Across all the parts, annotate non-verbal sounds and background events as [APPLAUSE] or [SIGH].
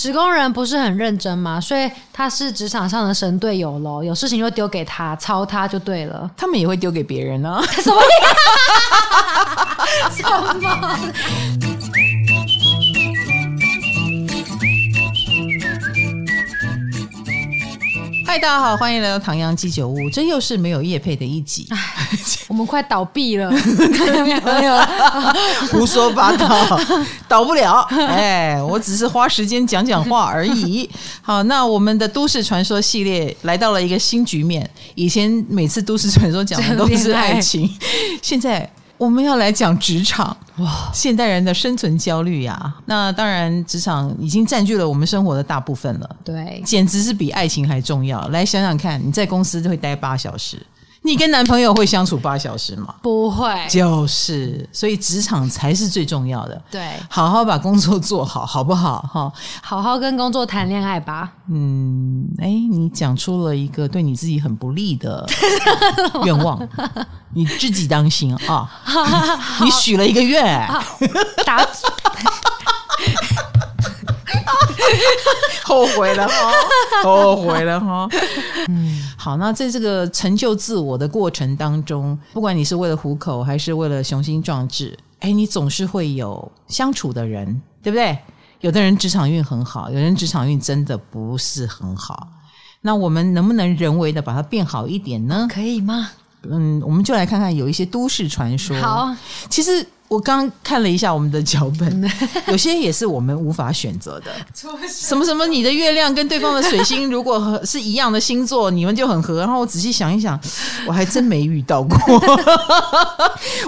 职工人不是很认真嘛，所以他是职场上的神队友喽，有事情就丢给他，操他就对 [LAUGHS] 了。他们也会丢给别人啊。什么？ [LAUGHS] 什么？ [LAUGHS] 嗨，大家好，欢迎来到唐阳鸡酒屋，这又是没有叶配的一集，我们快倒闭 [LAUGHS] 了，没有， [LAUGHS] 胡说八道，倒不 [LAUGHS] 了。哎，我只是花时间讲讲话而已。 [LAUGHS] 好，那我们的都市传说系列来到了一个新局面，以前每次都市传说讲的都是爱情，现在。我们要来讲职场哇，现代人的生存焦虑呀、那当然，职场已经占据了我们生活的大部分了。对，简直是比爱情还重要。来想想看，你在公司会待八小时，你跟男朋友会相处八小时吗？不会，就是，所以职场才是最重要的。对，好好把工作做好，好不好？哈，好好跟工作谈恋爱吧。嗯，哎，你讲出了一个对你自己很不利的愿望，你自己当心啊！你许了一个愿， [LAUGHS] 打后悔 [LAUGHS] 了哦哈，后悔了 [LAUGHS] 哈。嗯，好，那在这个成就自我的过程当中，不管你是为了糊口，还是为了雄心壮志，哎，你总是会有相处的人，对不对？有的人职场运很好，有人职场运真的不是很好。那我们能不能人为的把它变好一点呢？可以吗？嗯，我们就来看看有一些都市传说。好，其实我刚看了一下我们的脚本， [LAUGHS] 有些也是我们无法选择的。什么什么，你的月亮跟对方的水星如果和是一样的星座，你们就很合。然后我仔细想一想，我还真没遇 [LAUGHS] 到过，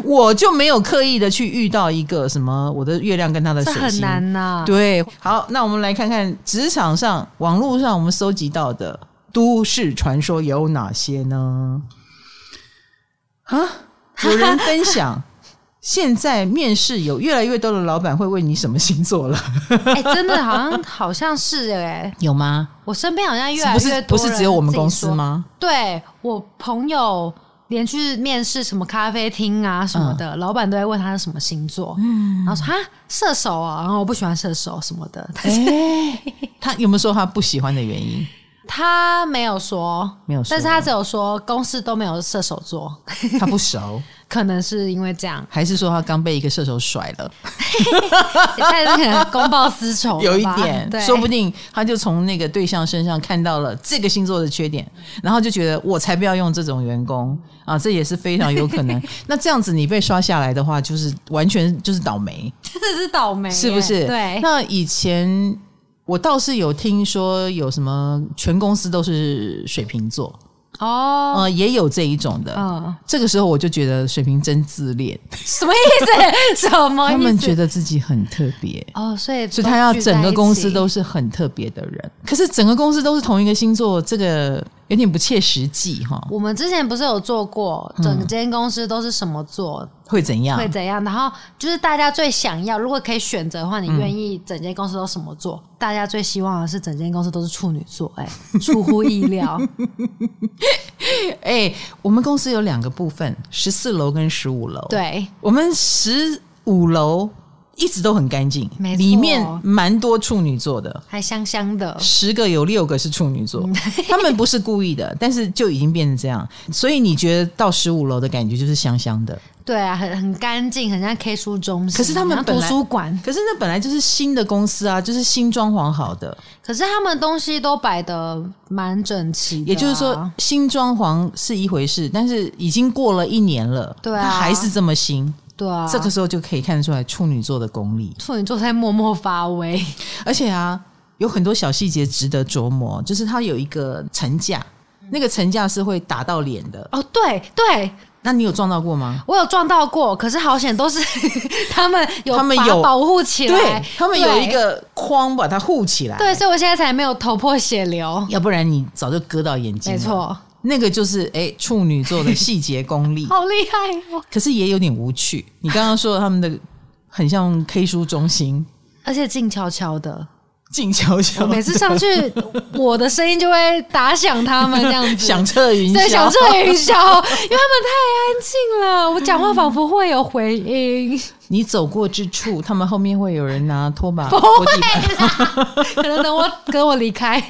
我就没有刻意的去遇到一个什么我的月亮跟他的这水星很难呐、 [LAUGHS] 对，好，那我们来看看职场上、网络上我们搜集到的都市传说有哪些呢？啊，有人分享，现在面试有越来越多的老板会问你什么星 [LAUGHS] 座了，哎、真的好像好像是哎、有吗？我身边好像越来不越多是人不是只有我们公司自己说？吗？对我朋友连去面试什么咖啡厅啊什么的，嗯老板都会问他是什么星座，然后说哈射手啊，然后我不喜欢射手什么的，哎但是 [LAUGHS] 他有没有说他不喜欢的原因？他没有说，没有说但是他只有说公司都没有射手座，他不熟，可能是因为这样，还是说他刚被一个射手甩了？但是可能公报私哦仇了吧，有一点对，，说不定他就从那个对象身上看到了这个星座的缺点，然后就觉得我才不要用这种员工啊，这也是非常有可 [LAUGHS] 能。那这样子你被刷下来的话，就是完全就是倒霉，真的是倒霉耶， [LAUGHS] 是不是？对，那以前我倒是有听说有什么全公司都是水瓶座，哦，呃，也有这一种的。嗯，这个时候我就觉得水瓶真自恋，什么意思？ [LAUGHS] 什么意思？他们觉得自己很特别。哦，所以所以他要整个公司聚都是很特别的人。可是整个公司都是同一个星座，这个有点不切实际哈在一起。。我们之前不是有做过，嗯整间公司都是什么座、会怎样？会怎样？然后就是大家最想要，如果可以选择的话，你愿意整间公司都什么座？大家最希望的是整间公司都是处女座， [LAUGHS] 哎，出乎意料。哎、我们公司有两个部分，十四楼跟十五楼。，对，我们十五楼一直都很干净，没错里面蛮多处女座的。还香香的，十个有六个是处女 [LAUGHS] 座，他们不是故意的，但是就已经变成这样，所以你觉得到十五楼的感觉就是香香的，对啊，很很干净，很像 K 书中心。可是他们很像本图来书馆，可是那本来就是新的公司啊，就是新装潢好的，可是他们东西都摆的蛮整齐的啊、也就是说，新装潢是一回事，但是已经过了一年了，对啊它还是这么新，对啊，这个时候就可以看得出来处女座的功力。处女座在默默发威。而且啊，有很多小细节值得琢磨，就是它有一个层架，嗯那个层架是会打到脸的。哦，对对，那你有撞到过吗？我有撞到过，可是好险都是 [LAUGHS] 他们有他们把有保护起来，他们有对一个框把它护起来，对，所以我现在才没有头破血流。要不然你早就割到眼睛没了。，错，那个就是哎、处女座的细节功力。 [LAUGHS] 好厉害哦！可是也有点无趣。你刚刚说他们的很像 K 书中心，而且静悄悄的，静悄悄我，每次 [LAUGHS] 上去，我的声音就会打响他们这样子，响彻云霄，对，响彻云哦霄，因为他们太安静了，我讲话仿佛会有回 [LAUGHS] 音，你走过之处，他们后面会有人拿 [LAUGHS] 拖把不拖地板。会啦， [LAUGHS] 可能等我等我离开，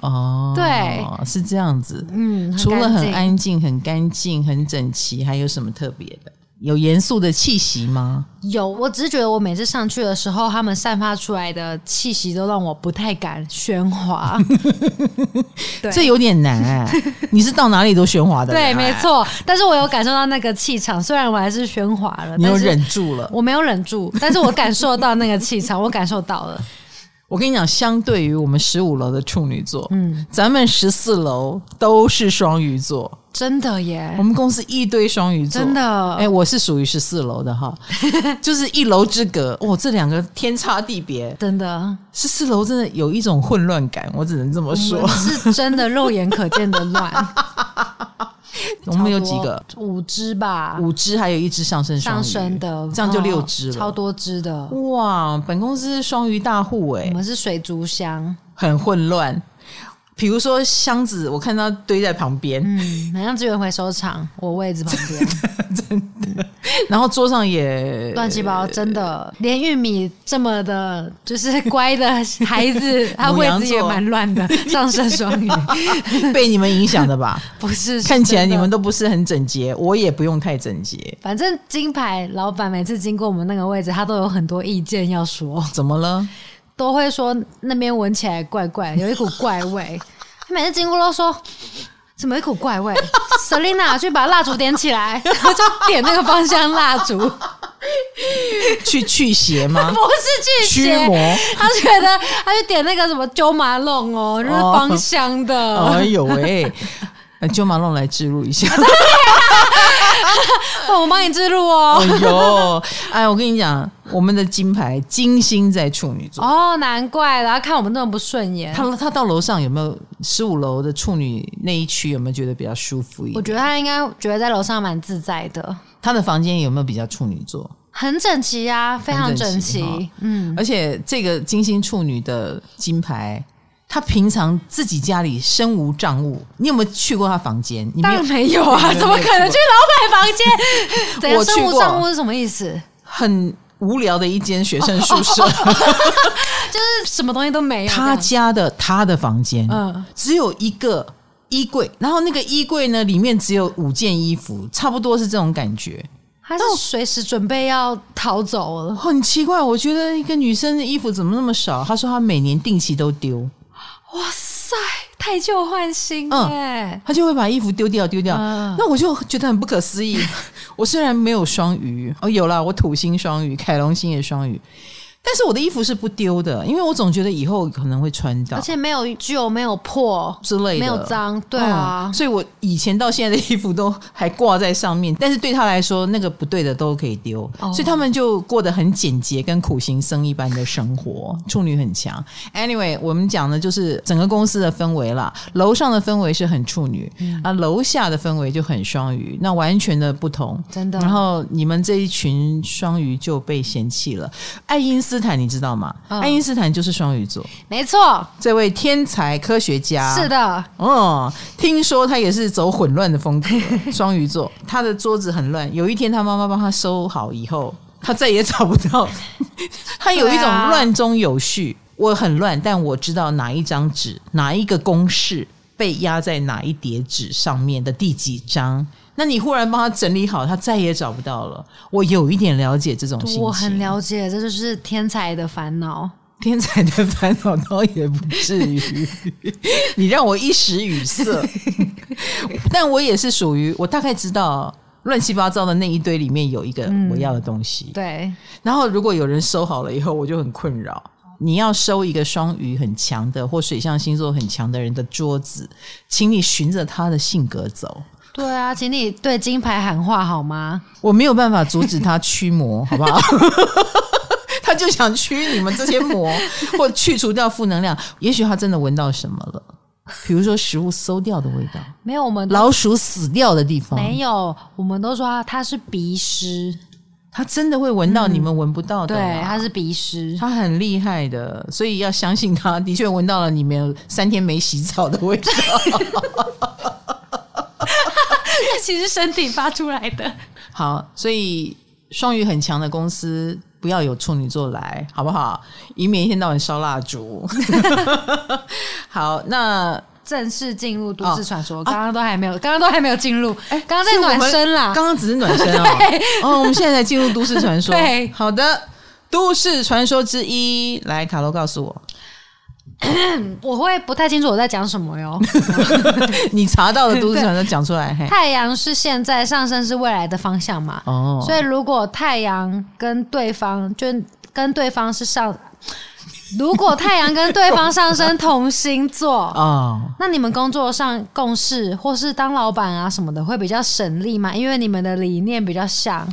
哦，对，是这样子。嗯，除了很干净安静、很干净、很整齐，还有什么特别的？有严肃的气息吗？有，我只是觉得我每次上去的时候，他们散发出来的气息都让我不太敢喧哗， [LAUGHS] 对这有点难、你是到哪里都喧哗的、啊哎对，没。错，但是我有感受到那个气场，虽然我还是喧哗了，你但又是忍住了。我没有忍住，但是我感受到那个气场，我感受到了。我跟你讲，相对于我们十五楼的处女座，嗯，咱们十四楼都是双鱼座，真的耶我，们公司一堆双鱼座，真哎、的，我是属于十四楼的 [LAUGHS] 哈，就是一楼之隔。哦，这两个天差地别，真的十四楼真的有一种混乱感，我只能这么说。是真的肉眼可见的 [LAUGHS] 乱。我们有几个？差不多五只吧，五只，还有一只上升双鱼上升的，这样就嗯六只超了。多只的。哇，本公司是双鱼大户哎、我们是水族箱，很混乱。比如说箱子，我看它堆在旁边，嗯，能量资源回收 [LAUGHS] 厂，我位置旁边然后桌 [LAUGHS] 上也乱七八糟，真的，连玉米这么的，就是乖的孩子，他 [LAUGHS] 母位羊置也座蛮乱 [LAUGHS] 的，上升双鱼， [LAUGHS] 被你们影响的吧？不是看起来真的你们都不是很整洁，我也不用太整洁。反正金牌老板每次经过我们那个位置，他都有很多意见要说，怎么了？都会说那边闻起来怪怪，有一股怪味。 [LAUGHS] 他每次经过都说。怎么有一股怪味？Selina 去把蜡烛点起来， [LAUGHS] 他就点那个芳香蜡烛，不去去邪吗？是去啊驱邪。魔？他觉得他就点那个什么九马龙哦，就是哦芳香的。哎呦喂！呃就马龙来植入一下。 [LAUGHS] 哦我帮你记录哦哎。呦，哎，我跟你讲，我们的金牌金星在处女座，哦，难怪啦，然后看我们那么不顺眼。他他到楼上有没有十五楼的处女那一区有没有觉得比较舒服一我点？觉得他应该觉得在楼上蛮自在的。他的房间有没有比较处女座？很整齐啊，非常整齐。很整齐哦嗯，而且这个金星处女的金牌，他平常自己家里身无障物，你有没有去过他房间？你当没有然，没有啊，你没有怎么可能去老板房间？怎样 [LAUGHS] 我去生过物账务是什么意思？很无聊的一间学生 [LAUGHS] 宿舍，就是什么东西都没有。他这家的他的房间，样嗯，只有一个衣柜，然后那个衣柜呢里面只有五件衣服，差不多是这种感觉，哦他是随时准备要逃走了。很奇怪。我觉得一个女生的衣服怎么那么少？她说她每年定期都丢，哇塞，太旧换新嗯哎、她就会把衣服丢掉丢掉。啊那我就觉得很不可思议。我虽然没有双鱼，哦，有啦，我土星双鱼，凯龙星也双鱼。但是我的衣服是不丢的，因为我总觉得以后可能会穿到而且没有旧，没有破，之类的，没有脏，对啊嗯。所以我以前到现在的衣服都还挂在上面，但是对他来说，那个不对的都可以丢，哦所以他们就过得很简洁，跟苦行僧一般的生活。处女很强。Anyway，我们讲的就是整个公司的氛围啦，楼上的氛围是很处女、嗯啊，楼下的氛围就很双鱼，那完全的不同。真的然后你们这一群双鱼就被嫌弃了。爱因斯坦你知道吗？嗯爱因斯坦就是双鱼座，没错，这位天才科学家是的，哦，听说他也是走混乱的风格，双鱼座，他的桌子很乱。有一天，他妈妈帮他收好以后，他再也找不到。 [LAUGHS] 他有一种对啊乱中有序，我很乱，但我知道哪一张纸、哪一个公式被压在哪一叠纸上面的第几张。那你忽然帮他整理好，他再也找不到了。我有一点了解这种心情，我很了解，这就是天才的烦恼。天才的烦恼倒也不至于， [LAUGHS] 你让我一时语塞。 [LAUGHS] 但我也是属于，我大概知道乱七八糟的那一堆里面有一个我要的东西。对，然后如果有人收好了以后，我就很困扰。你要收一个双鱼很强的或水象星座很强的人的桌子，请你循着他的性格走。对啊，请你对金牌喊话好吗？我没有办法阻止他驱魔，好不 [LAUGHS] 好？他就想驱你们这些魔，或去除掉负能量。也许他真的闻到什么了，比如说食物馊掉的味道，没有，我们都老鼠死掉的地方。没有，我们都说他他是鼻师，它真的会闻到你们闻不到的对，啦、它是鼻湿，它很厉害的，所以要相信它。的确闻到了你们有三天没洗澡的味道。那 [LAUGHS] 其实身体发出来的。好，所以双鱼很强的公司不要有处女座来，好不好？以免一天到晚烧蜡烛。 [LAUGHS] 好，那正式进入都市传说，啊哎哦刚刚都还没有，刚刚都还没有进入，刚刚在暖身啦。刚刚只是暖身 [LAUGHS] 哦。哦，我们现在才进入都市传说。对好的，都市传说之一，来卡罗告诉我， [LAUGHS] 我会不太清楚我在讲什么 [LAUGHS] 哟。你查到的都市传说讲出 [LAUGHS] 来。嘿，太阳是现在，上升是未来的方向嘛？哦，所以如果太阳跟对方就跟对方是上， [LAUGHS] 如果太阳跟对方上升同星座，哦，那你们工作上共事或是当老板啊什么的会比较省力嘛？因为你们的理念比较像，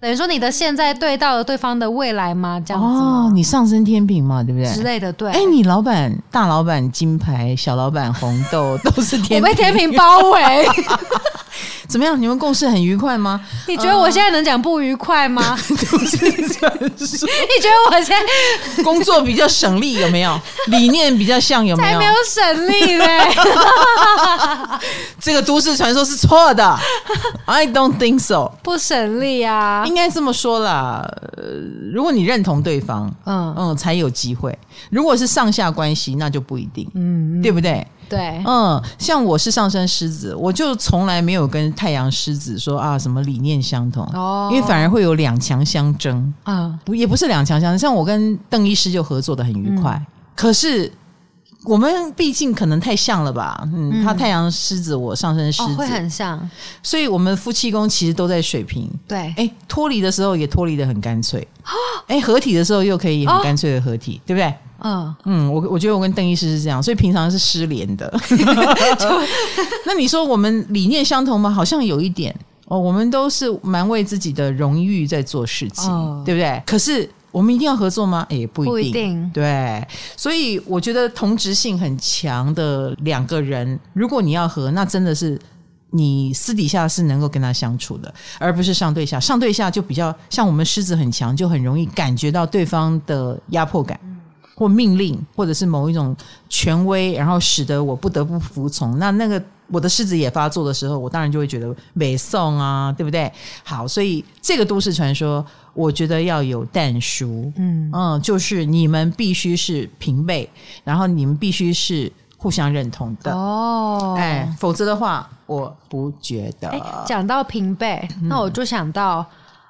等于说你的现在对到了对方的未来嘛，这样子吗哦，你上升天平嘛，对不之对？类的，对。哎，你老板、大老板金牌，小老板红豆都是我天被平，甜品包 [LAUGHS] 围，怎么样？你们共事很愉快吗？你觉得我现在能讲不愉快吗？都市传 [LAUGHS] 说，你觉得我现在工作比较省力，有没有？理念比较像，有没才有？没有省力嘞？这个都市传说是错的，I don't think so。 [LAUGHS] 不省力啊！应该这么说啦，呃，如果你认同对方，嗯嗯，才有机会。如果是上下关系，那就不一定，嗯，对不对？对，嗯，像我是上升狮子，我就从来没有跟太阳狮子说啊什么理念相同，哦因为反而会有两强相争。嗯，不也不是两强相争，像我跟邓医师就合作的很愉快，可是。我们毕竟可能太像了吧，嗯，他太阳狮子，我上升狮哦，子，会很像，所以我们夫妻宫其实都在水平。对，哎，脱离的时候也脱离的很干脆，哦哎，合体的时候又可以很干脆的合体，对不对？嗯，嗯，我我觉得我跟邓医师是这样，所以平常是失联的。 [LAUGHS] 那你说我们理念相同吗？好像有一点哦，我们都是蛮为自己的荣誉在做事情，哦对不对？可是我们一定要合作吗？也不一定。不一嗯定对，所以我觉得同质性很强的两个人，如果你要合，那真的是。你私底下是能够跟他相处的，而不是上对下。上对下就比较像我们狮子很强，就很容易感觉到对方的压迫感。嗯或命令，或者是某一种权威，然后使得我不得不服从。那那个我的狮子也发作的时候，我当然就会觉得北宋啊，对不对？好，所以这个都市传说，我觉得要有淡熟，嗯嗯，就是你们必须是平辈，然后你们必须是互相认同的，哦，哎，否则的话，我不觉得，哎，讲到平辈，嗯那我就想到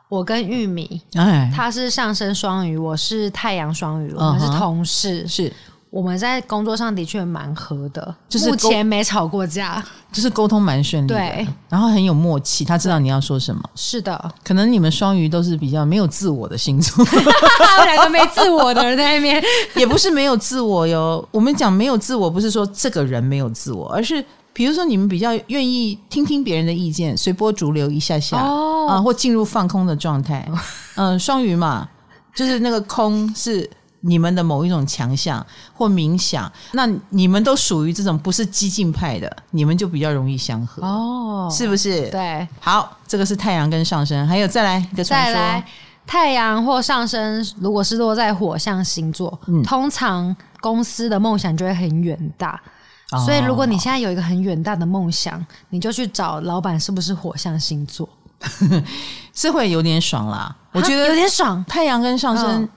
我跟玉米，哎，他是上升双鱼，我是太阳双鱼，我嗯们是哼同事，是我们在工作上的确蛮合的，就是嗯目沟前没吵过架，就是沟通蛮顺利的对，然后很有默契，他知道你要说什么。是的，可能你们双鱼都是比较没有自我的星座，他们两个没自我 [LAUGHS] 的人在那边，也不是没有自我哟。我们讲没有自我，不是说这个人没有自我，而是比如说你们比较愿意听听别人的意见，随波逐流一下下啊、哦或进入放空的 [LAUGHS] 状态。嗯、双鱼嘛，就是那个空是。你们的某一种强项或冥想，那你们都属于这种不是激进派的，你们就比较容易相合，哦，是不是？对，好，这个是太阳跟上升，还有再来一个传再说，来，太阳或上升如果是落在火象星座，嗯通常公司的梦想就会很远大。哦所以，如果你现在有一个很远大的梦想，你就去找老板是不是火象星座，是会有点爽啦。我 [LAUGHS] 觉啊有得点爽。太阳跟上升，嗯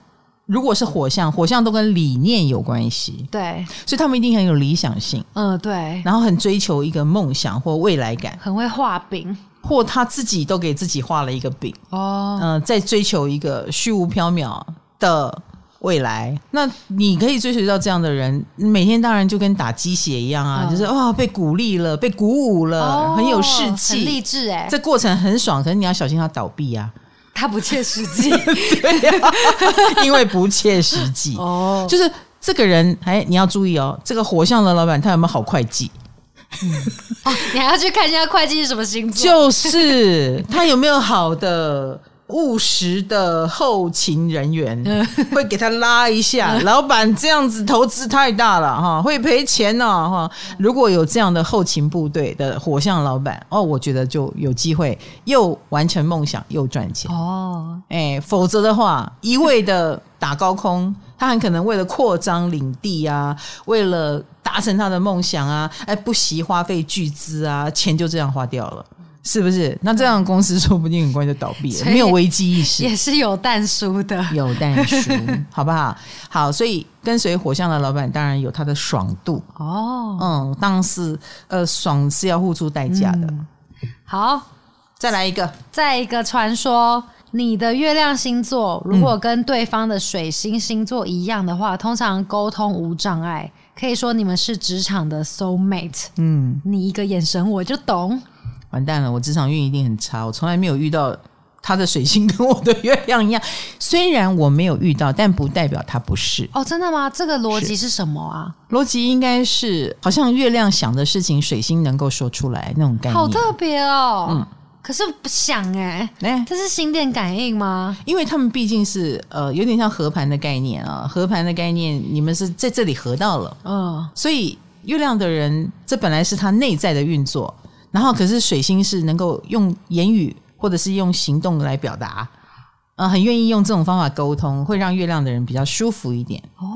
如果是火象，火象都跟理念有关系，对，所以他们一定很有理想性，嗯，对，然后很追求一个梦想或未来感，很会画饼或他自己都给自己画了一个饼，哦。嗯、在追求一个虚无缥缈的。未来，那你可以追随到这样的人，每天当然就跟打鸡血一样啊，嗯就是哦，被鼓励了，被鼓舞了，哦很有士很励气。志哎、这过程很爽，可是你要小心他倒闭啊， [LAUGHS] 他不切实 [LAUGHS] 际啊因为不切实际。哦，就是这个人，哎，你要注意哦，这个火象的老板他有没有好会计？你还要去看一下会计是什么星座，就是他有没有好的务实的后勤人员，会给他拉一下。老板这样子投资太大了哈，会赔钱呢、哈。如果有这样的后勤部队的火象老板，哦，我觉得就有机会又完成梦想又赚钱。哦，哎、否则的话，一味的打高空，他很可能为了扩张领地啊，为了达成他的梦想啊，哎，不惜花费巨资啊，钱就这样花掉了，是不是？那这样的公司说不定很快就倒闭了，所以没有危机意 [LAUGHS] 识。也是有蛋叔的，有但输，好不好？好，所以跟随火象的老板当然有他的爽度，哦，嗯，但是呃，爽是要付出代价的。好，再来一个，再一个传说，你的月亮星座如果跟对方的水星星座一样的话，通常沟通无障碍，可以说你们是职场的 soul mate。嗯，你一个眼神我就懂，完蛋了，我职场运一定很差，我从来没有遇到他的水星跟我的月亮一样。 [LAUGHS] 虽然我没有遇到，但不代表他不是。哦，真的吗？这个逻辑是什么啊？逻辑应该是，好像月亮想的事情，水星能够说出来那种概念。好特别哦。嗯可是不想哎、哎、这是心电感应吗？因为他们毕竟是呃，有点像合盘的概念啊，合盘的概念，你们是在这里合到了，嗯，所以月亮的人，这本来是他内在的运作，然后可是水星是能够用言语或者是用行动来表达，呃，很愿意用这种方法沟通，会让月亮的人比较舒服一点。哦，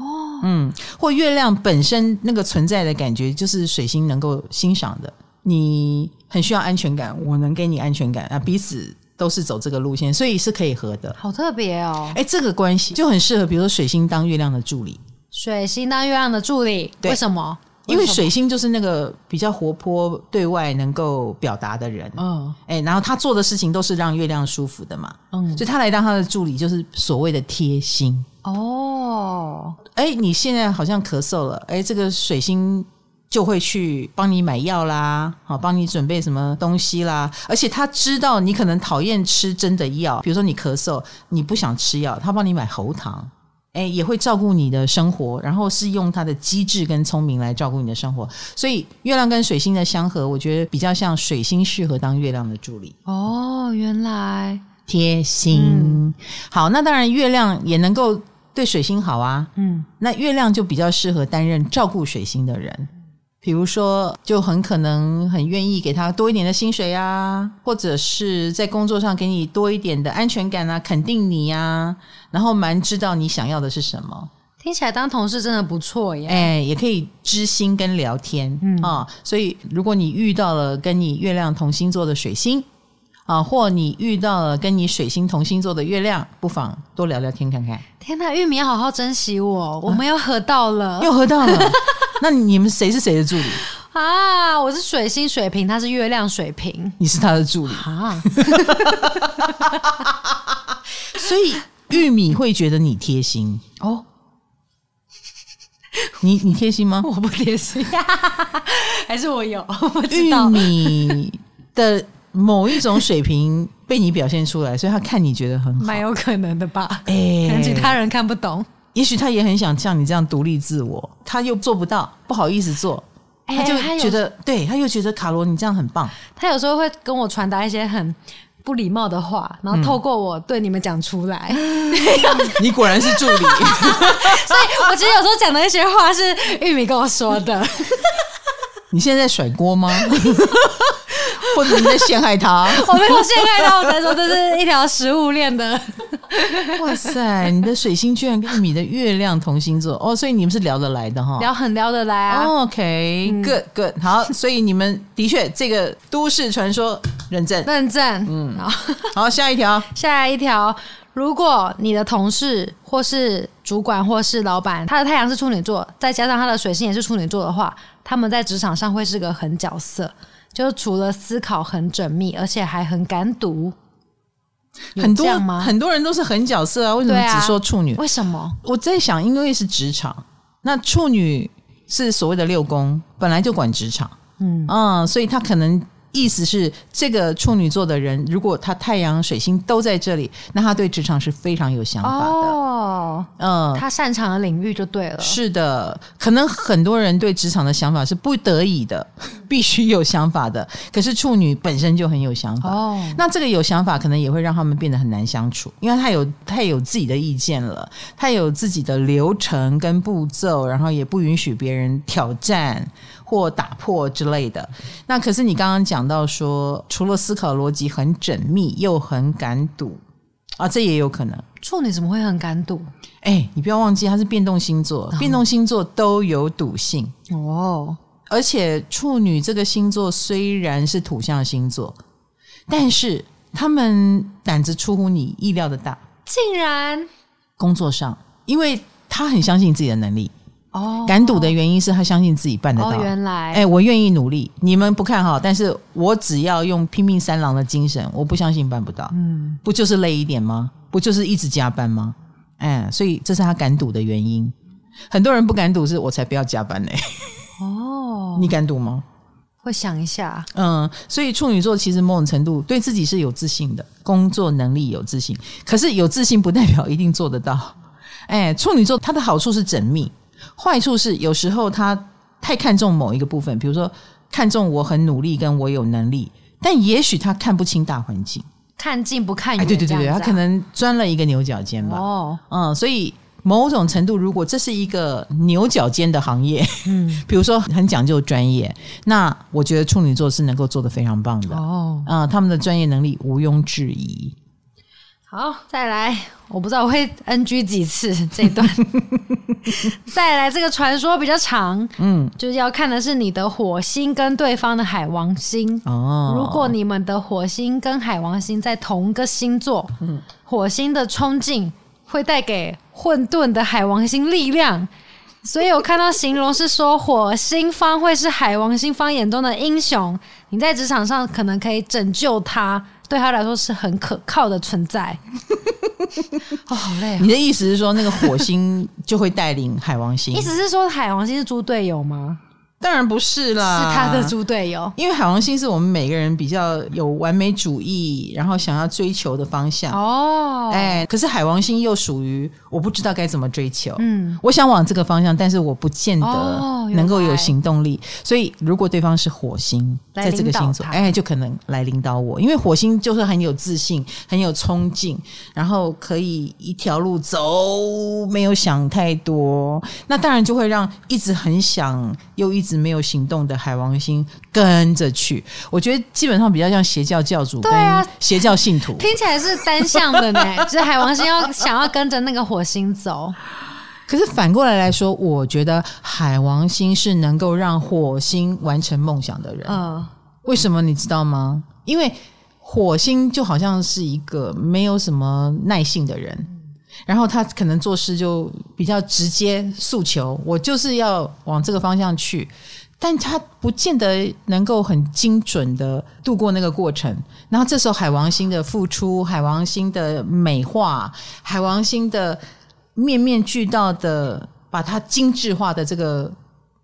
嗯，或月亮本身那个存在的感觉，就是水星能够欣赏的。你很需要安全感，我能给你安全感啊，彼此都是走这个路线，所以是可以合的。好特别哦。哎，这个关系就很适合，比如说水星当月亮的助理，水星当月亮的助理，对为什么？因为什么，水星就是那个比较活泼、对外能够表达的人。嗯哎、然后他做的事情都是让月亮舒服的嘛，嗯，所以他来当他的助理就是所谓的贴心。哦，哎、你现在好像咳嗽了，哎、这个水星就会去帮你买药啦，好，帮你准备什么东西啦。而且他知道你可能讨厌吃真的药，比如说你咳嗽，你不想吃药，他帮你买喉糖。哎、也会照顾你的生活，然后是用他的机智跟聪明来照顾你的生活。所以月亮跟水星的相合，我觉得比较像水星适合当月亮的助理。哦，原来，贴心。好，那当然月亮也能够对水星好啊。嗯，那月亮就比较适合担任照顾水星的人，比如说，就很可能很愿意给他多一点的薪水啊，或者是在工作上给你多一点的安全感啊，肯定你啊，然后蛮知道你想要的是什么。听起来当同事真的不错耶。哎、也可以知心跟聊天，嗯啊，所以如果你遇到了跟你月亮同星座的水星啊，或你遇到了跟你水星同星座的月亮，不妨多聊聊天看看。天哪，玉米要好好珍惜我，我们又合到 [LAUGHS] 了又合到了，那你们谁是谁的助理？啊！我是水星水瓶，他是月亮水瓶你是他的助理，啊。所以玉米会觉得你贴心。哦，你你贴心吗？我不贴心， [LAUGHS] 还是我有？ [LAUGHS] 我不知玉道。米的某一种水平被你表现出来，所以他看你觉得很好。蛮有可能的吧，哎、可能其他人看不懂。也许他也很想像你这样独立自我，他又做不到，不好意思做，哎他就他有觉得，对，他又觉得卡罗你这样很棒，他有时候会跟我传达一些很不礼貌的话，然后透过我对你们讲出来。 [LAUGHS] 嗯你果然是助理。所以我其实有时候讲的一些话是玉米跟我说 [LAUGHS] 的， [LAUGHS] 你现在在甩锅吗？ [LAUGHS] 或者你在陷害 [LAUGHS] 他？我没有陷害他，我才说这是一条食物链 [LAUGHS] 的。哇塞，你的水星居然跟你的月亮同星座哦，所以你们是聊得来的哈。聊很聊得来啊。 OK，good、good，好， [LAUGHS] 所以你们的确这个都市传说认 [LAUGHS] 证。认证，嗯，好，好，下一条，下来一条，如果你的同事或是主管或是老板，他的太阳是处女座，再加上他的水星也是处女座的话，他们在职场上会是个狠角色，就是除了思考很缜密，而且还很敢赌，有很这多样吗？很多人都是狠角色啊，为什么对啊只说处女？为什么？我在想，因为是职场，那处女是所谓的六宫，本来就管职场，嗯嗯，所以他可能意思是，这个处女座的人，如果他太阳、水星都在这里，那他对职场是非常有想法的。哦，嗯，他擅长的领域就对了。是的，可能很多人对职场的想法是不得已的， [LAUGHS] 必须有想法的。可是处女本身就很有想法，哦，那这个有想法，可能也会让他们变得很难相处，因为他有他有自己的意见了，他有自己的流程跟步骤，然后也不允许别人挑战或打破之类的。那可是你刚刚讲到说，除了思考逻辑很缜密，又很敢赌啊，这也有可能。处女怎么会很敢赌？哎、你不要忘记，它是变动星座，嗯变动星座都有赌性。哦，而且处女这个星座虽然是土象星座，但是他们胆子出乎你意料的大。竟然工作上，因为他很相信自己的能力，哦，敢赌的原因是他相信自己办得到。哦，原来哎、我愿意努力，你们不看好，但是我只要用拼命三郎的精神，我不相信办不到。嗯，不就是累一点吗？不就是一直加班吗？哎、所以这是他敢赌的原因。很多人不敢赌，是我才不要加班呢、哦， [LAUGHS] 你敢赌吗？会想一下，嗯，所以处女座其实某种程度对自己是有自信的，工作能力有自信。可是有自信不代表一定做得到。哎，处女座它的好处是缜密，坏处是有时候他太看重某一个部分，比如说看重我很努力跟我有能力，但也许他看不清大环境。看近不看哎，远对这样对子对啊，对，他可能钻了一个牛角尖吧。哦，嗯，所以某种程度，如果这是一个牛角尖的行业，嗯， [LAUGHS] 比如说很讲究专业，那我觉得处女座是能够做得非常棒的。哦，啊、他们的专业能力毋庸置疑。好，再来，我不知道我会 NG 几次这一 [LAUGHS] 段，再来这个传说比较长，嗯，就是要看的是你的火星跟对方的海王星。哦，如果你们的火星跟海王星在同个星座，嗯火星的冲劲会带给混沌的海王星力量。所以我看到形容是说，火星方会是海王星方眼中的英雄，你在职场上可能可以拯救他，对他来说是很可靠的存 [LAUGHS] 在。哦，好累、啊！你的意思是说，那个火星就会带领海王 [LAUGHS] 星意？思是说海王星是猪队友吗？当然不是啊是啦，他的。猪队友。因为海王星是我们每个人比较有完美主义，然后想要追求的方向。哦，哎，可是海王星又属于我不知道该怎么追求。嗯，我想往这个方向，但是我不见哦得原能够有来行动力。所以，如果对方是火星来在这个领导星座，他哎，就可能来领导我，因为火星就是很有自信、很有冲劲，然后可以一条路走，没有想太多。那当然就会让一直很想又一直没有行动的海王星跟着去。我觉得基本上比较像邪教教主跟啊邪教信徒。听起来是单向的呢， [LAUGHS] 就是海王星要想要跟着那个火星走，可是反过来来说，我觉得海王星是能够让火星完成梦想的人。嗯，为什么你知道吗？因为火星就好像是一个没有什么耐性的人，然后他可能做事就比较直接诉求，我就是要往这个方向去，但他不见得能够很精准的度过那个过程。然后这时候海王星的付出、海王星的美化、海王星的面面俱到的把它精致化的这个。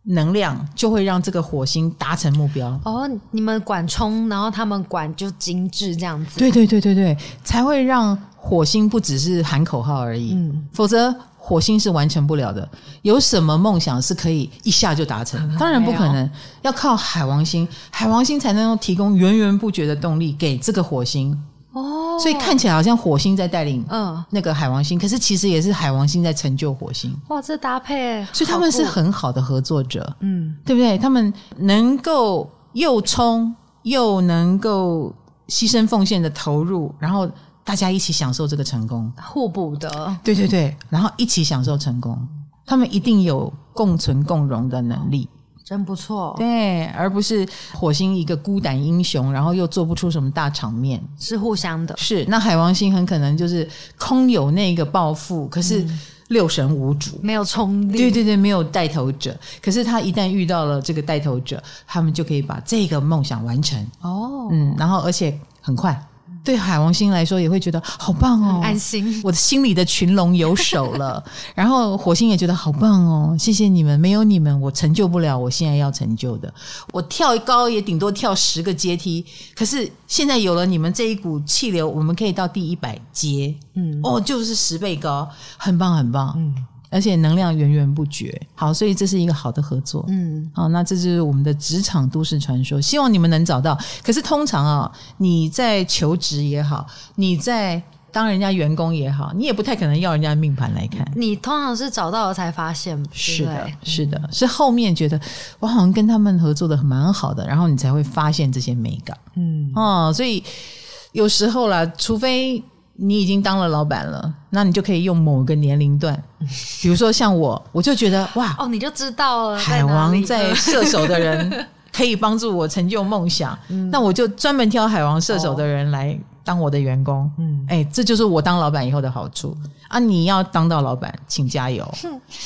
能量就会让这个火星达成目标，哦，你们管冲，然后他们管就精致这样子，对对对对对，才会让火星不只是喊口号而已，嗯否则火星是完成不了的。有什么梦想是可以一下就达成？当然不可能，要靠海王星，海王星才能够提供源源不绝的动力给这个火星。哦，所以看起来好像火星在带领嗯，那个海王星，可是其实也是海王星在成就火星，哇，这搭配，所以他们是好酷很好的合作者。嗯，对不对？他们能够又冲又能够牺牲奉献的投入，然后大家一起享受这个成功。互补的，对对对，然后一起享受成功，他们一定有共存共荣的能力，真不错，对，而不是火星一个孤胆英雄，然后又做不出什么大场面。是互相的，是，那海王星很可能就是空有那个抱负，可是六神无主。没有冲力，对对对，没有带头者。可是他一旦遇到了这个带头者，他们就可以把这个梦想完成。哦，嗯，然后而且很快，对海王星来说也会觉得好棒哦，安心。我的心 [LAUGHS] 里的群龙有首 [LAUGHS] 了。然后火星也觉得好棒哦，谢谢你们，没有你们我成就不了我现在要成就的。我跳高也顶多跳十个阶梯，可是现在有了你们这一股气流，我们可以到第一百阶，嗯，哦，就是十倍高，很棒很棒，嗯。而且能量源源不绝，好，所以这是一个好的合作。嗯，好，那这就是我们的职场都市传说，希望你们能找到。可是通常啊，你在求职也好，你在当人家员工也好，你也不太可能要人家命盘来看。你通常是找到了才发现，是对不的对，是的，是后面觉得我好像跟他们合作的蛮好的，然后你才会发现这些美感。嗯，哦，所以有时候啦，除非你已经当了老板了，那你就可以用某个年龄段，比如说像我，我就觉得哇，哦，你就知道了。海哪王里嗯在射手 [LAUGHS] 的人可以帮助我成就梦想，嗯那我就专门挑海王射手的人来当我的员工。嗯，哎、这就是我当老板以后的好处啊！你要当到老板，请加油。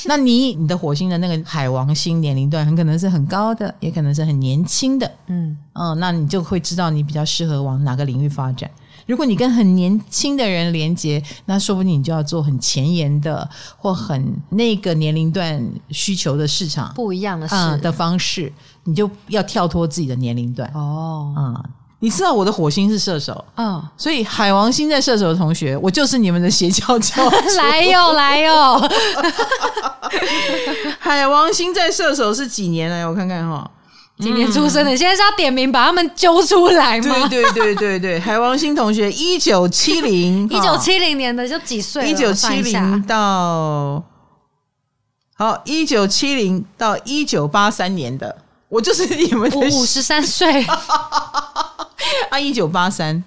那你你的火星的那个海王星年龄段，很可能是很高的，也可能是很年轻的。嗯嗯，那你就会知道你比较适合往哪个领域发展。如果你跟很年轻的人连接，那说不定你就要做很前沿的或很那个年龄段需求的市场不一样的事、啊、的方式，你就要跳脱自己的年龄段哦，啊、你知道我的火星是射手，嗯，所以海王星在射手的同学，我就是你们的邪教教主来哟来哟，海王星在射手是几年来？我看看哈、今年出生的，嗯你现在是要点名把他们揪出来吗？对对对对对， [LAUGHS] 海王星同学一九七零， [LAUGHS] 一九七零年的就几岁了？一九我七算下 [LAUGHS] 零到好一九七零到一九八三年的，我就是你们的我五十三岁， [LAUGHS] 啊，一九八三，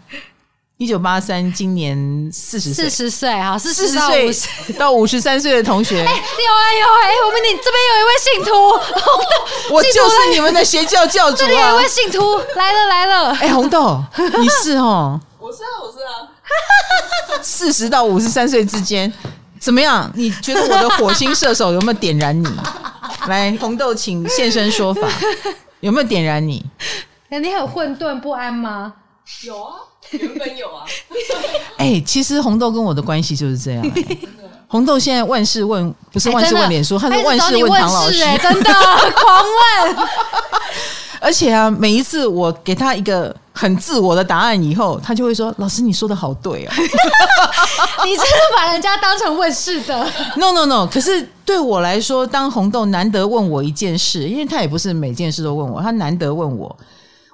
一九八三，今年四十四岁，十岁好，四四十到十五十。岁到五十三岁的同学，有啊有啊，哎、我们你这边有一位信徒，红豆， [LAUGHS] 我就是你们的邪教教主这里有啊一！位信徒来了来了，哎，红豆，你是哦，我是啊，我是啊，四十到五十三岁之间，怎么样？你觉得我的火星射手有没有点燃你？来，红豆，请现身说法，有没有点燃你？哎你很混沌不安吗？有啊，原本有啊，哎、其实红豆跟我的关系就是这样、哎红豆现在万事问，不是万事问脸书，他哎真是的万他一事直找你问唐老事师。哎、真的 [LAUGHS] 狂问，而且啊，每一次我给他一个很自我的答案以后，他就会说：“老师，你说的好对哦。你真的把人家当成问世的，” No No No，可是对我来说，当红豆难得问我一件事，因为他也不是每件事都问我，他难得问我，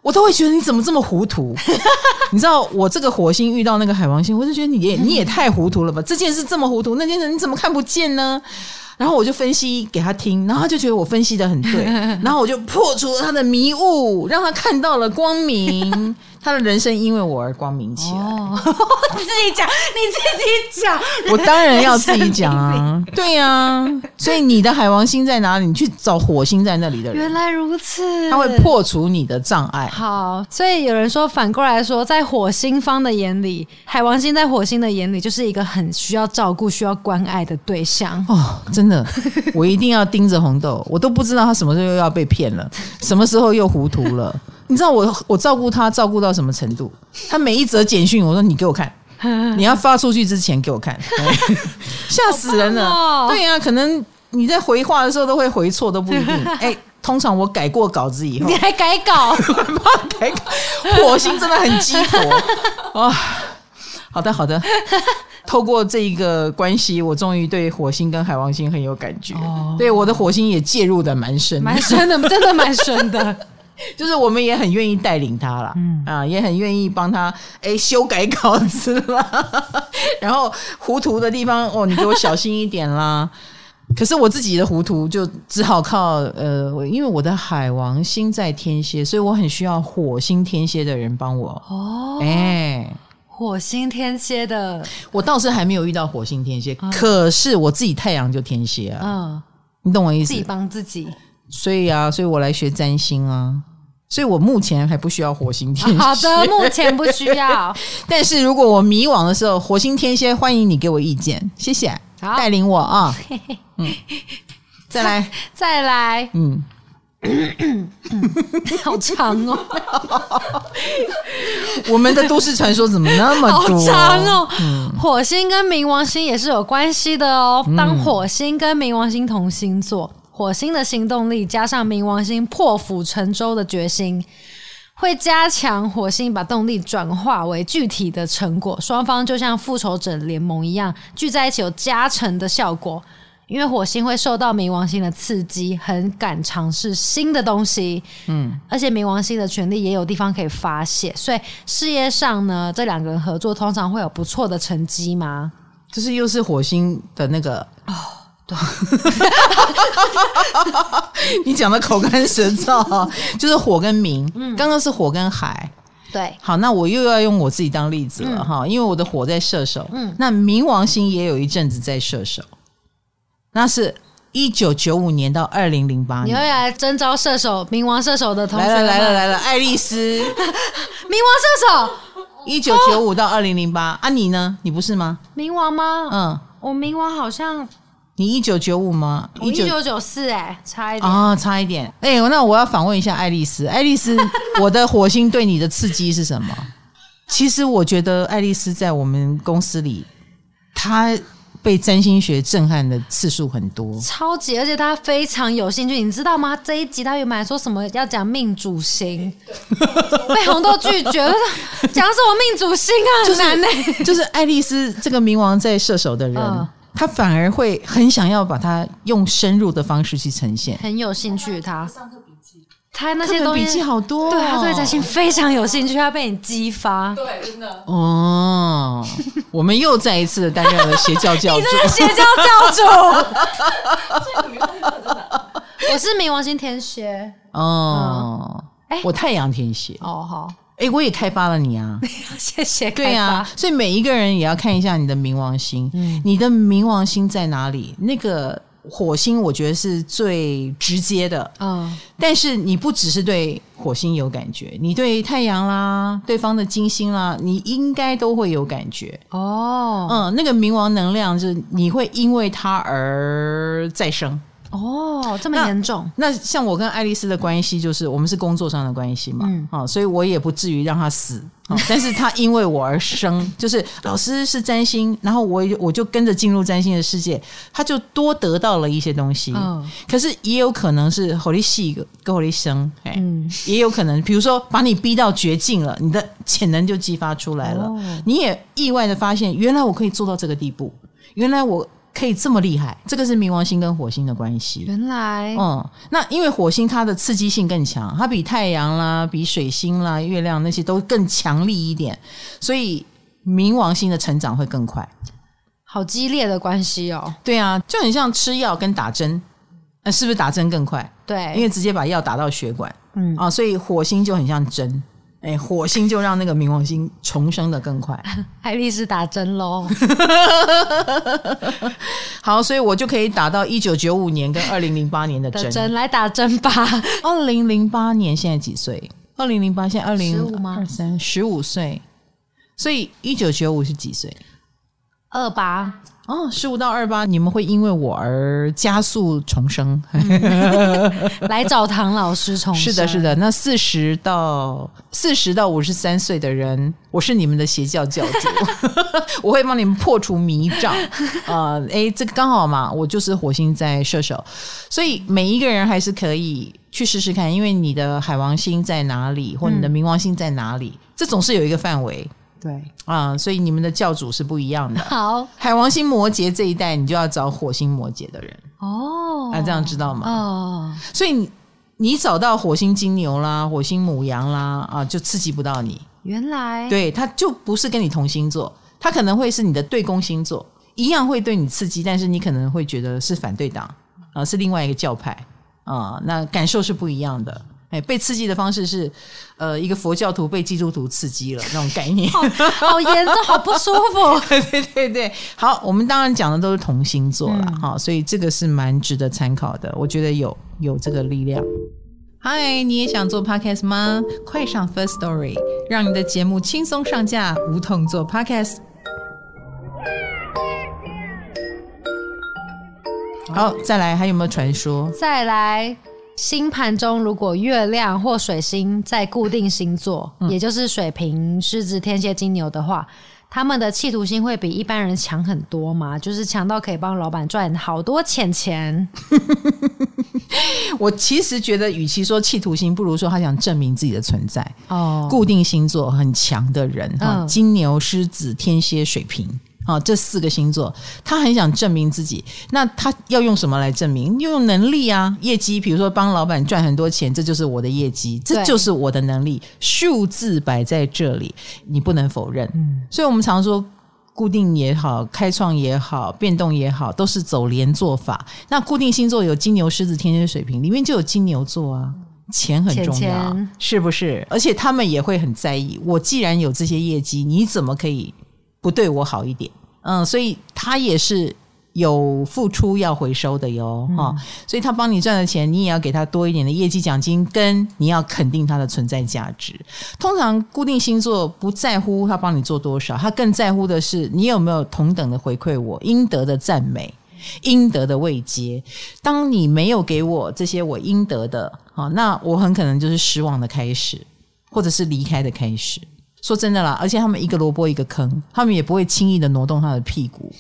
我都会觉得你怎么这么糊涂？你知道我这个火星遇到那个海王星，我就觉得你也你也太糊涂了吧？这件事这么糊涂，那件事你怎么看不见呢？然后我就分析给他听，然后他就觉得我分析的很对，然后我就破除了他的迷雾，让他看到了光明，他的人生因为我而光明起来。哦， [LAUGHS] 自己讲，你自己讲， [LAUGHS] 我当然要自己讲啊，对呀、所以你的海王星在哪里？你去找火星在那里的人，原来如此，他会。破除你的障碍。好，所以有人说，反过来说，在火星方的眼里，海王星在火星的眼里就是一个很需要照顾、需要关爱的对象。哦，真的，我一定要盯着红豆，我都不知道他什么时候又要被骗了，什么时候又糊涂了。你知道我我照顾他照顾到什么程度？他每一则简讯，我说你给我看，你要发出去之前给我看， [LAUGHS] 吓死人了。好棒哦对啊呀、可能你在回话的时候都会回错，都不一定。哎、通常我改过稿子以后你，还改 [LAUGHS] 稿？ [LAUGHS] 改口哎火星真的很鸡婆啊！好的，好的。透过这一个关系，我终于对火星跟海王星很有感觉。对我的火星也介入的蛮深的，蛮深的，真的蛮深的。就是我们也很愿意带领他啦，嗯啊，也很愿意帮他哎、修改稿子啦， [LAUGHS] 然后糊涂的地方哦，你给我小心一点啦。 [LAUGHS] 可是我自己的糊涂就只好靠呃，我因为我的海王星在天蝎，所以我很需要火星天蝎的人帮我。哦，哎、 [LAUGHS] 火星天蝎的，我倒是还没有遇到火星天蝎，啊可是我自己太阳就天蝎啊，嗯，你懂我意思自？己帮自己。所以啊，所以我来学占星啊，所以我目前还不需要火星天蝎。好的，目前不需要。 [LAUGHS] 但是如果我迷惘的时候，火星天蝎欢迎你给我意见，谢谢，好 [LAUGHS] 带领我啊。嗯，再来，再来，嗯，好长哦，我们的都市传说怎么那么好多？嗯长哦。火星跟冥王星也是有关系的哦。当火星跟冥王星同星座，火星的行动力加上冥王星破釜沉舟的决心，会加强火星把动力转化为具体的成果。双方就像复仇者联盟一样，聚在一起有加成的效果。因为火星会受到冥王星的刺激，很敢尝试新的东西。嗯，而且冥王星的权力也有地方可以发泄，所以事业上呢，这两个人合作通常会有不错的成绩吗？就是又是火星的那个哦，对， [LAUGHS] 你讲的口干舌燥，就是火跟明，嗯刚刚是火跟海。对，好，那我又要用我自己当例子了嗯哈，因为我的火在射手，那冥王星也有一阵子在射手，那是一九九五年到二零零八你年会。来征召射手、冥王射手的同学来了们来了来了，爱 [LAUGHS] 丽丝，冥王射手，一九九五到二零零八啊，你呢？你不是吗？冥王吗？嗯，我冥王好像你一九九五吗？我一九九四哎，差一点。啊、差一点。哎、那我要访问一下爱丽丝。爱 [LAUGHS] 丽丝，我的火星对你的刺激是什么？其实我觉得爱丽丝在我们公司里，她被占星学震撼的次数很多。超级，而且他非常有兴趣，你知道吗？这一集他原本还说什么要讲命主星， [LAUGHS] 被红豆拒绝了，讲什么命主星啊，很难呢、就是爱丽丝这个冥王在射手的人，嗯她反而会很想要把它用深入的方式去呈现。很有兴趣他，他那些课本东笔记西，好多、哦，对他对占星非常有兴趣，他被你激发。 [LAUGHS] 对，真的。 [LAUGHS] 哦，我们又再一次的担任了邪教教 [LAUGHS] 你主。这个邪教教主，这个女生真的， [LAUGHS] 我是冥王星天蝎。哦，哎我太阳天蝎，哦，好，哎、我也 [LAUGHS] 开发了你啊。 [LAUGHS] 谢谢。对啊，，所以每一个人也要看一下你的冥王星，你的冥王星在哪里？那个火星，我觉得是最直接的。嗯，但是你不只是对火星有感觉，你对太阳啦、对方的金星啦，你应该都会有感觉。哦，嗯，那个冥王能量就是你会因为它而再生。哦，这么那严重，那像我跟爱丽丝的关系，就是我们是工作上的关系嘛，嗯好、所以我也不至于让她死，好 [LAUGHS] 但是她因为我 [LAUGHS] 而生，就是老师是占星，然后我也我就跟着进入占星的世界，她就多得到了一些东西，嗯可是也有可能是火力系跟火力生，哎、嗯也有可能，比如说把你逼到绝境了，你的潜能就激发出来了，哦你也意外的发现，原来我可以做到这个地步，原来我可以这么厉害，这个是冥王星跟火星的关系，原来，嗯，那因为火星它的刺激性更强，它比太阳啦、比水星啦、月亮那些都更强力一点，所以冥王星的成长会更快。好激烈的关系哦，对啊，就很像吃药跟打针，呃，是不是打针更快？因对，为直接把药打到血管嗯，啊，所以火星就很像针。哎、火星就让那个冥王星重生的更快。爱丽丝打针 [LAUGHS] 喽，好，所以我就可以打到一九九五年跟二零零八年的的针。针来打针吧， [LAUGHS] [LAUGHS] 二零零八年现在几岁？二零零八现在二零15吗二三十五岁，所以一九九五是几岁？二八，哦，十五到二八，你们会因为我而加速重生。来找唐老师 [LAUGHS] 重是的，生是，的。那四十到四十到五十三岁的人，我是你们的邪教教主， [LAUGHS] 我会帮你们破除迷障。呃，诶，这个刚好嘛，我就是火星在射手，所以每一个人还是可以去试试看，因为你的海王星在哪里，或你的冥王星在哪里，这总是有一个范围对，啊、所以你们的教主是不一样的。好海王星摩羯这一代，你就要找火星摩羯的人，哦，啊，这样知道吗？哦，所以你你找到火星金牛啦、火星母羊啦啊，就刺激不到你，原来，对，它就不是跟你同星座，它可能会是你的对宫星座，一样会对你刺激，但是你可能会觉得是反对党啊，是另外一个教派啊，那感受是不一样的。哎，被刺激的方式是，呃，一个佛教徒被基督徒刺激了那种概念。好严重，好不舒 [LAUGHS] 服。 [LAUGHS] 对对对对，好，我们当然讲的都是同星座啦，哈、所以这个是蛮值得参考的，我觉得有有这个力量。嗨，你也想做 podcast 吗？快上 First Story，让你的节目轻松上架，无痛做 podcast。好，再来还有没有传说？再来，星盘中如果月亮或水星在固定星座，也就是水瓶、狮子、天蝎、金牛的话，他们的企图心会比一般人强很多嘛？就是强到可以帮老板赚好多钱钱。我其实觉得，与其说企图心，不如说他想证明自己的存在。哦，固定星座很强的人哈、嗯金牛、狮子、天蝎、水瓶。啊，这四个星座，他很想证明自己。那他要用什么来证明？用能力啊，业绩。比如说帮老板赚很多钱，这就是我的业绩，这对就是我的能力。数字摆在这里，你不能否认。嗯所以我们常说，固定也好，开创也好，变动也好，都是走连坐法。那固定星座有金牛、狮子、天蝎、水瓶，里面就有金牛座啊。钱很重要，钱钱是不是？而且他们也会很在意。我既然有这些业绩，你怎么可以不对我好一点？嗯，所以他也是有付出要回收的哟，嗯哈、所以他帮你赚的钱，你也要给他多一点的业绩奖金，跟你要肯定他的存在价值。通常固定星座不在乎他帮你做多少，他更在乎的是你有没有同等的回馈我，应得的赞美。应得的慰藉，当你没有给我这些我应得的，好，那我很可能就是失望的开始，或者是离开的开始。说真的啦，而且他们一个萝卜一个坑，他们也不会轻易的挪动他的屁股，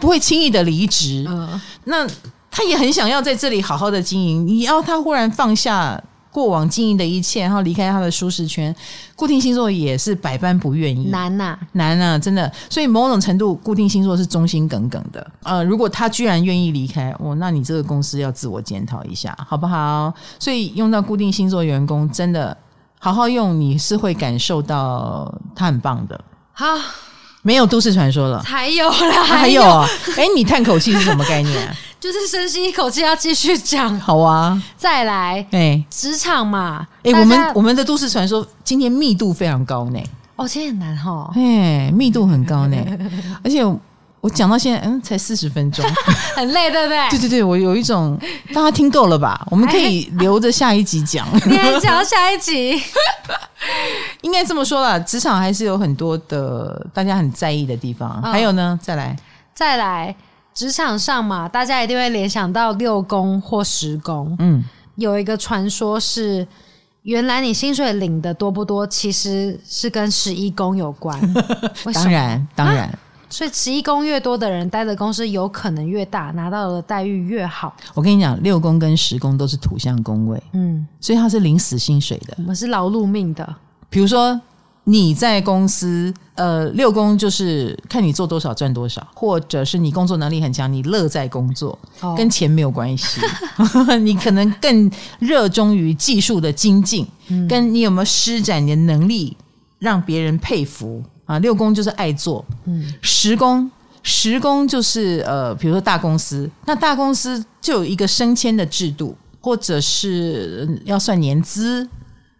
不会轻易的离职。嗯，那他也很想要在这里好好的经营。你要他忽然放下过往经营的一切，然后离开他的舒适圈，固定星座也是百般不愿意。难呐、难啊，真的。所以某种程度，固定星座是忠心耿耿的。呃，如果他居然愿意离开，哦，那你这个公司要自我检讨一下，好不好？所以用到固定星座员工，真的好好用，你是会感受到他很棒的。好，没有都市传说了，还有啦，还有啊，哎、你叹口气是什么概念、啊？就是深吸一口气，要继续讲，好啊，再来哎、职场嘛。哎、大家我们我们的都市传说今天密度非常高呢，哦，今天很难哈，哎、密度很高 [LAUGHS] 呢，而且我讲到现在，嗯，才四十 [LAUGHS] 分钟。很累，对不对？对对对，我有一种大家听够了吧？我们可以留着下一集讲。 [LAUGHS] [LAUGHS] 你还想要下一集？应该这么说啦，职场还是有很多的大家很在意的地方。嗯还有呢，再来再来，职场上嘛，大家一定会联想到六宫或十宫。嗯，有一个传说是，原来你薪水领的多不多，其实是跟十一宫有 [LAUGHS] 关。为什当么？啊然当然，所以十一宫越多的人，待的公司有可能越大，拿到的待遇越好。我跟你讲，六宫跟十宫都是土象宫位，嗯，所以它是领死薪水的。我们是劳碌命的。比如说你在公司，呃，六宫就是看你做多少赚多少，或者是你工作能力很强，你乐在工作，哦跟钱没有关 [LAUGHS] 系。你可能更热衷于技术的精进，嗯跟你有没有施展你的能力，让别人佩服啊。六宫就是爱做，嗯十宫。十宫就是呃，比如说大公司，那大公司就有一个升迁的制度，或者是呃要算年资，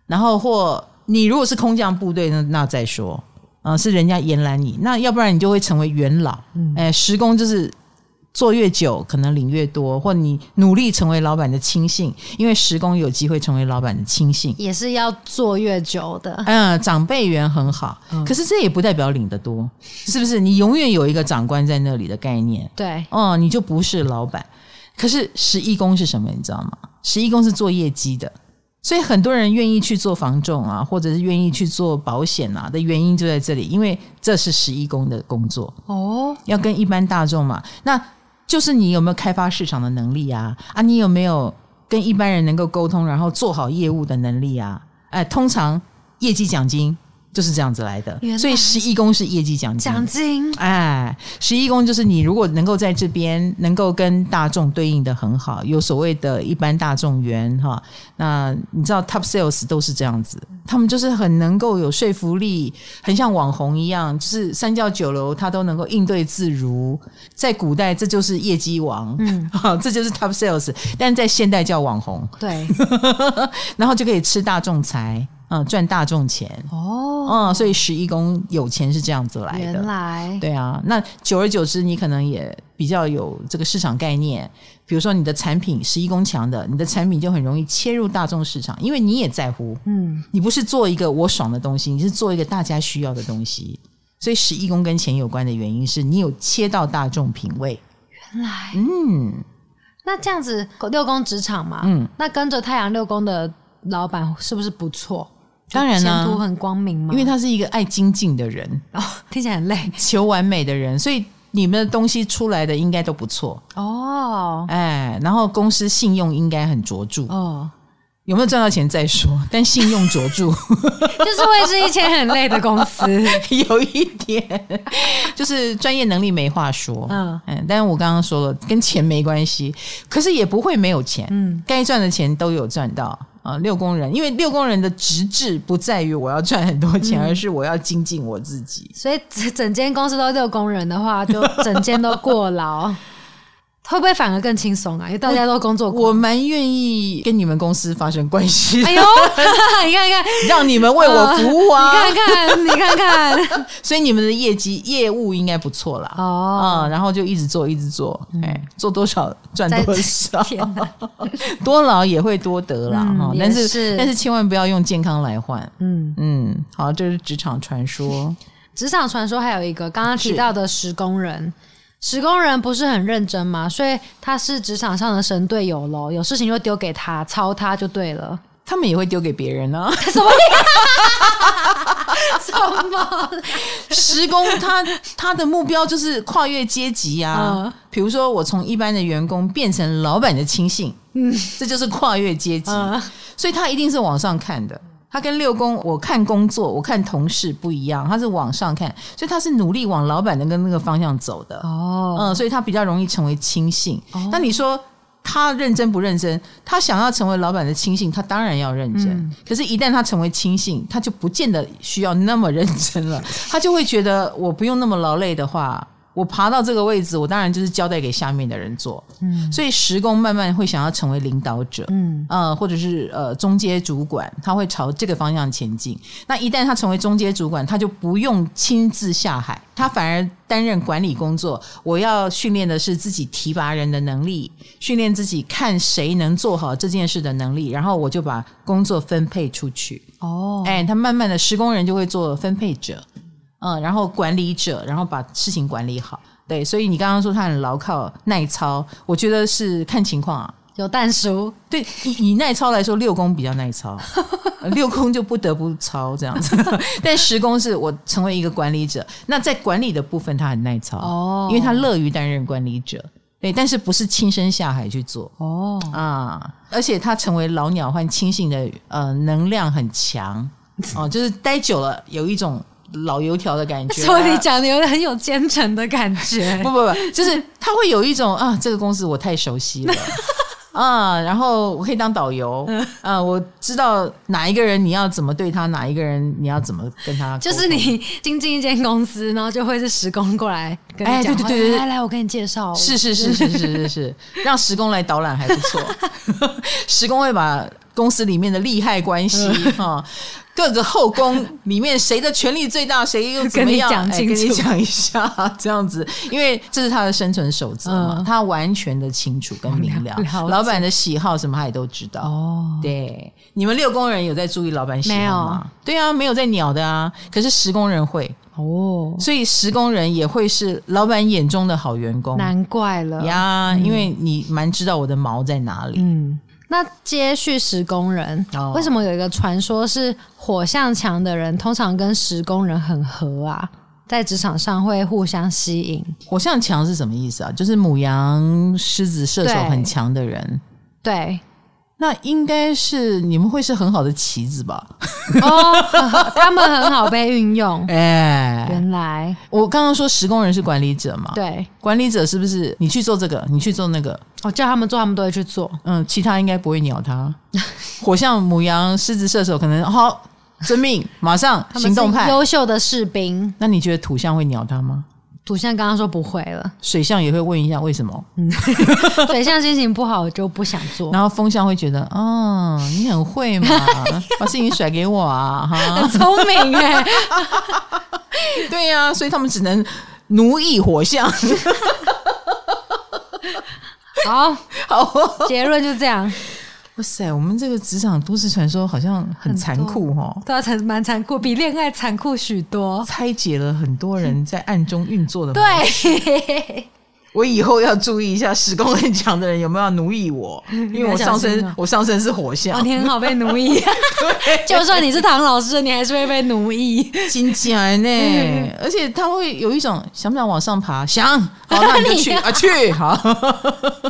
然后或你如果是空降部队，那那再说，嗯、是人家延揽你，那要不然你就会成为元老，嗯，哎、十宫就是做越久，可能领越多，或你努力成为老板的亲信，因为十宫有机会成为老板的亲信。也是要做越久的，嗯，长辈缘很好，可是这也不代表领得多，是不是？你永远有一个长官在那里的概念，对，哦，你就不是老板。可是十一宫是什么？你知道吗？十一宫是做业绩的，所以很多人愿意去做房仲啊，或者是愿意去做保险啊的原因就在这里，因为这是十一宫的工作。哦，要跟一般大众嘛，那就是你有没有开发市场的能力啊？啊，你有没有跟一般人能够沟通，然后做好业务的能力啊？哎，通常业绩奖金就是这样子来的原，来所以十一宫是业绩奖金。奖金，哎，十一宫就是你如果能够在这边能够跟大众对应的很好，有所谓的一般大众缘哈。那你知道 top sales 都是这样子，他们就是很能够有说服力，很像网红一样，就是三教九流他都能够应对自如。在古代这就是业绩王， [LAUGHS] 嗯，这就是 top sales，但在现代叫网红， [LAUGHS] 对，然后就可以吃大众财，嗯，赚大众钱，哦，嗯，所以十一宫有钱是这样子来的。原来，对啊，那久而久之，你可能也比较有这个市场概念。比如说，你的产品十一宫强的，你的产品就很容易切入大众市场，因为你也在乎，嗯，你不是做一个我爽的东西，你是做一个大家需要的东西。所以十一宫跟钱有关的原因是你有切到大众品味。原来，嗯，那这样子六宫职场嘛，嗯那跟着太阳六宫的老板是不是不错？当然啦前途很光明嘛。因为他是一个爱精进的人，哦，听起来很累求完美的人，所以你们的东西出来的应该都不错，哦哎，然后公司信用应该很卓著，哦，有没有赚到钱再说，但信用卓著。就是会是一间很累的公司。 [LAUGHS] 有一点，就是专业能力没话说。嗯嗯嗯，但是我刚刚说了，跟钱没关系，可是也不会没有钱。嗯嗯，该赚的钱都有赚到啊。六工人，因为六工人的职质不在于我要赚很多嗯钱，而是我要精进我自己。所以整整间公司都六工人的话，就整间都过劳，会不会反而更轻松啊？因为大家都工作过。我蛮愿意跟你们公司发生关系的，哎呦，你看看，让你们为我服务啊！ [LAUGHS] 你看看，你看看，所以你们的业绩业务应该不错啦。哦，嗯啊、然后就一直做，一直做，哎、做多少赚在多少，天哪，多劳也会多得啦嗯哈、也但是是但是千万不要用健康来换。嗯，嗯，好，这是职场传说。职场传说还有一个刚刚提是到的十工人。十工人不是很认真嘛，所以他是职场上的神队友喽，有事情就丢给他，操他就对 [LAUGHS] 了。 [LAUGHS] 他们也会丢给别人啊，什么？ [LAUGHS] 什么？ [LAUGHS] 施工他他的目标就是跨越阶级啊嗯。比如说，我从一般的员工变成老板的亲信，嗯，这就是跨越阶级。嗯所以他一定是往上看的。他跟六宫，我看工作，我看同事不一样，他是往上看，所以他是努力往老板的跟那个方向走的。哦，嗯，所以他比较容易成为亲信。那你说他认真不认真？他想要成为老板的亲信，他当然要认真。嗯可是，一旦他成为亲信，他就不见得需要那么认真 [LAUGHS] 了。他就会觉得，我不用那么劳累的话，我爬到这个位置，我当然就是交代给下面的人做。嗯所以，时工慢慢会想要成为领导者。嗯，呃，或者是呃中阶主管，他会朝这个方向前进。那一旦他成为中阶主管，他就不用亲自下海，他反而担任管理工作。我要训练的是自己提拔人的能力，训练自己看谁能做好这件事的能力，然后我就把工作分配出去。哦，哎，他慢慢的施工人就会做分配者，嗯，然后管理者，然后把事情管理好。对，所以你刚刚说他很牢靠、耐操，我觉得是看情况啊。有蛋叔，对，以以耐操来说，六宫比较耐操，呃六宫就不得不操这样子。 [LAUGHS] 但十宫是我成为一个管理者，那在管理的部分他很耐操，哦因为他乐于担任管理者，对，但是不是亲身下海去做哦，啊？而且他成为老鸟换亲信的呃能量 [LAUGHS] 很强哦、就是待久了有一种老油条的感 [LAUGHS] 觉啊、所以你讲的有点很有奸臣的感觉 [LAUGHS] 不。不不，就是他会有一种啊，这个公司我太熟悉了。啊、然后我可以当导游，啊、我知道哪一个人你要怎么对他，哪一个人你要怎么跟他沟通，就是你经进一间公司，然后就会是时工过来跟你讲话，哎对对对对对来来来，我跟你介绍，是是是是是是 [LAUGHS] 是，让时工来导览还不错，时工会把公司里面的利害关 [LAUGHS] 系哈、各个后宫里面谁的权力最大，谁又怎么样，跟你讲哎清跟你楚讲一下这样子，因为这是他的生存守则嘛，嗯他完全的清楚跟明了了，了解老板的喜好什么他也都知道。哦，对，你们六工人有在注意老板喜好没有吗？对啊，没有在鸟的啊。可是十工人会，哦，所以十工人也会是老板眼中的好员工。难怪了。呀，因为你蛮知道我的毛在哪里。嗯，那接续时工人，哦为什么有一个传说是火象强的人通常跟时工人很合啊？在职场上会互相吸引，火象强是什么意思啊？就是母羊、狮子、射手对很强的人。对那应该是你们会是很好的棋子吧？ [LAUGHS] 哦， [LAUGHS] 他们很好被运用。哎、原来我刚刚说十工人是管理者嘛？，对，管理者是不是你去做这个，你去做那个？我叫他们做，他们都会去做。嗯，其他应该不会 [LAUGHS] 鸟他。火象、母羊、狮子、射手可能好遵命，马上 [LAUGHS] 他们行是动派。优秀的士兵。那你觉得土象会鸟他吗？土象刚刚说不会 [LAUGHS] 了，水象也会问一下为什么？水象心情不好就不想做， [LAUGHS] 然后风象会觉得，哦，你很会嘛，把事情甩给我啊，哈，很聪明哎、对呀、所以他们只能奴役 [LAUGHS] 火象。 [LAUGHS] 好，好，结论就这样，哇塞，我们这个职场都市传说好像很残酷哦。对啊，残蛮残酷，比恋爱残酷许多。拆解了很多人在暗中运作的，对，我以后要注意一下十公分强的人有没有要奴役我，因为我上 [LAUGHS] 你要小心身哦我上身是火象哦，，你很好被奴役， [LAUGHS] 就算你是唐老师，你还是会被奴役。 [LAUGHS] 金起来嗯呢，而且他会有一种想不想往上 [LAUGHS] 爬，想，好，那你就去你啊，去，好，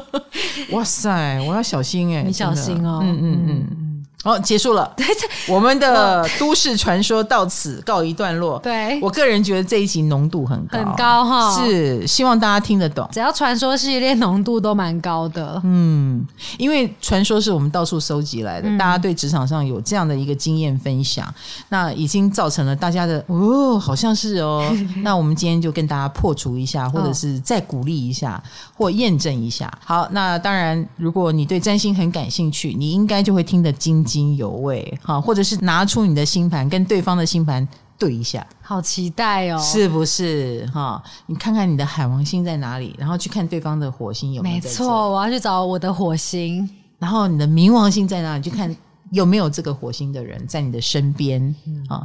[LAUGHS] 哇塞，我要小心哎，你小真的心哦嗯嗯嗯，好，结束了。 [LAUGHS] 对这我们的都市传说到此告一段落。对我个人觉得这一集浓度很高，很高哈是希望大家听得懂。只要传说系列浓度都蛮高的，嗯，因为传说是我们到处收集来的，嗯大家对职场上有这样的一个经验分享，那已经造成了大家的哦，好像是 [LAUGHS] 哦。那我们今天就跟大家破除一下，或者是哦再鼓励一下，或验证一下。好，那当然，如果你对占星很感兴趣，你应该就会听得津津有味，哈，或者是拿出你的星盘跟对方的星盘。对一下，好期待哦！是不是哈？你看看你的海王星在哪里，然后去看对方的火星有没有没在这里错，我要去找我的火星。然后你的冥王星在哪里？就看有没有这个火星的人在你的身边啊。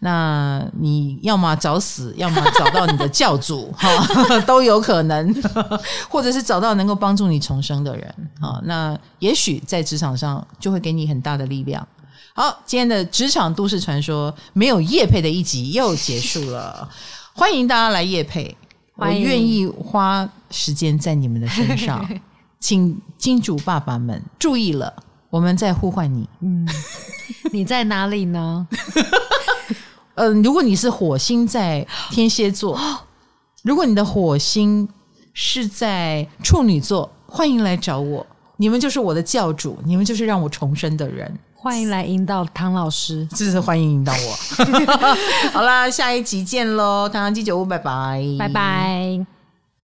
那你要么找死，要么找到你的教主，哈， [LAUGHS] 都有可能，或者是找到能够帮助你重生的人啊。那也许在职场上就会给你很大的力量。好，今天的职场都市传说没有叶配的一集又结束了，欢迎大家来叶配，我欢迎愿意花时间在你们的 [LAUGHS] 身上。请金主爸爸们注意了，我们在呼唤你。嗯，你在哪里 [LAUGHS] 呢？嗯、如果你是火星在天蝎座，如果你的火星是在处女座，欢迎来找我。你们就是我的教主，你们就是让我重生的人，欢迎来引导唐老 [LAUGHS] 师。真是欢迎引导 [LAUGHS] 我。好啦，下一集见喽，唐唐鸡酒屋，拜拜，拜。拜。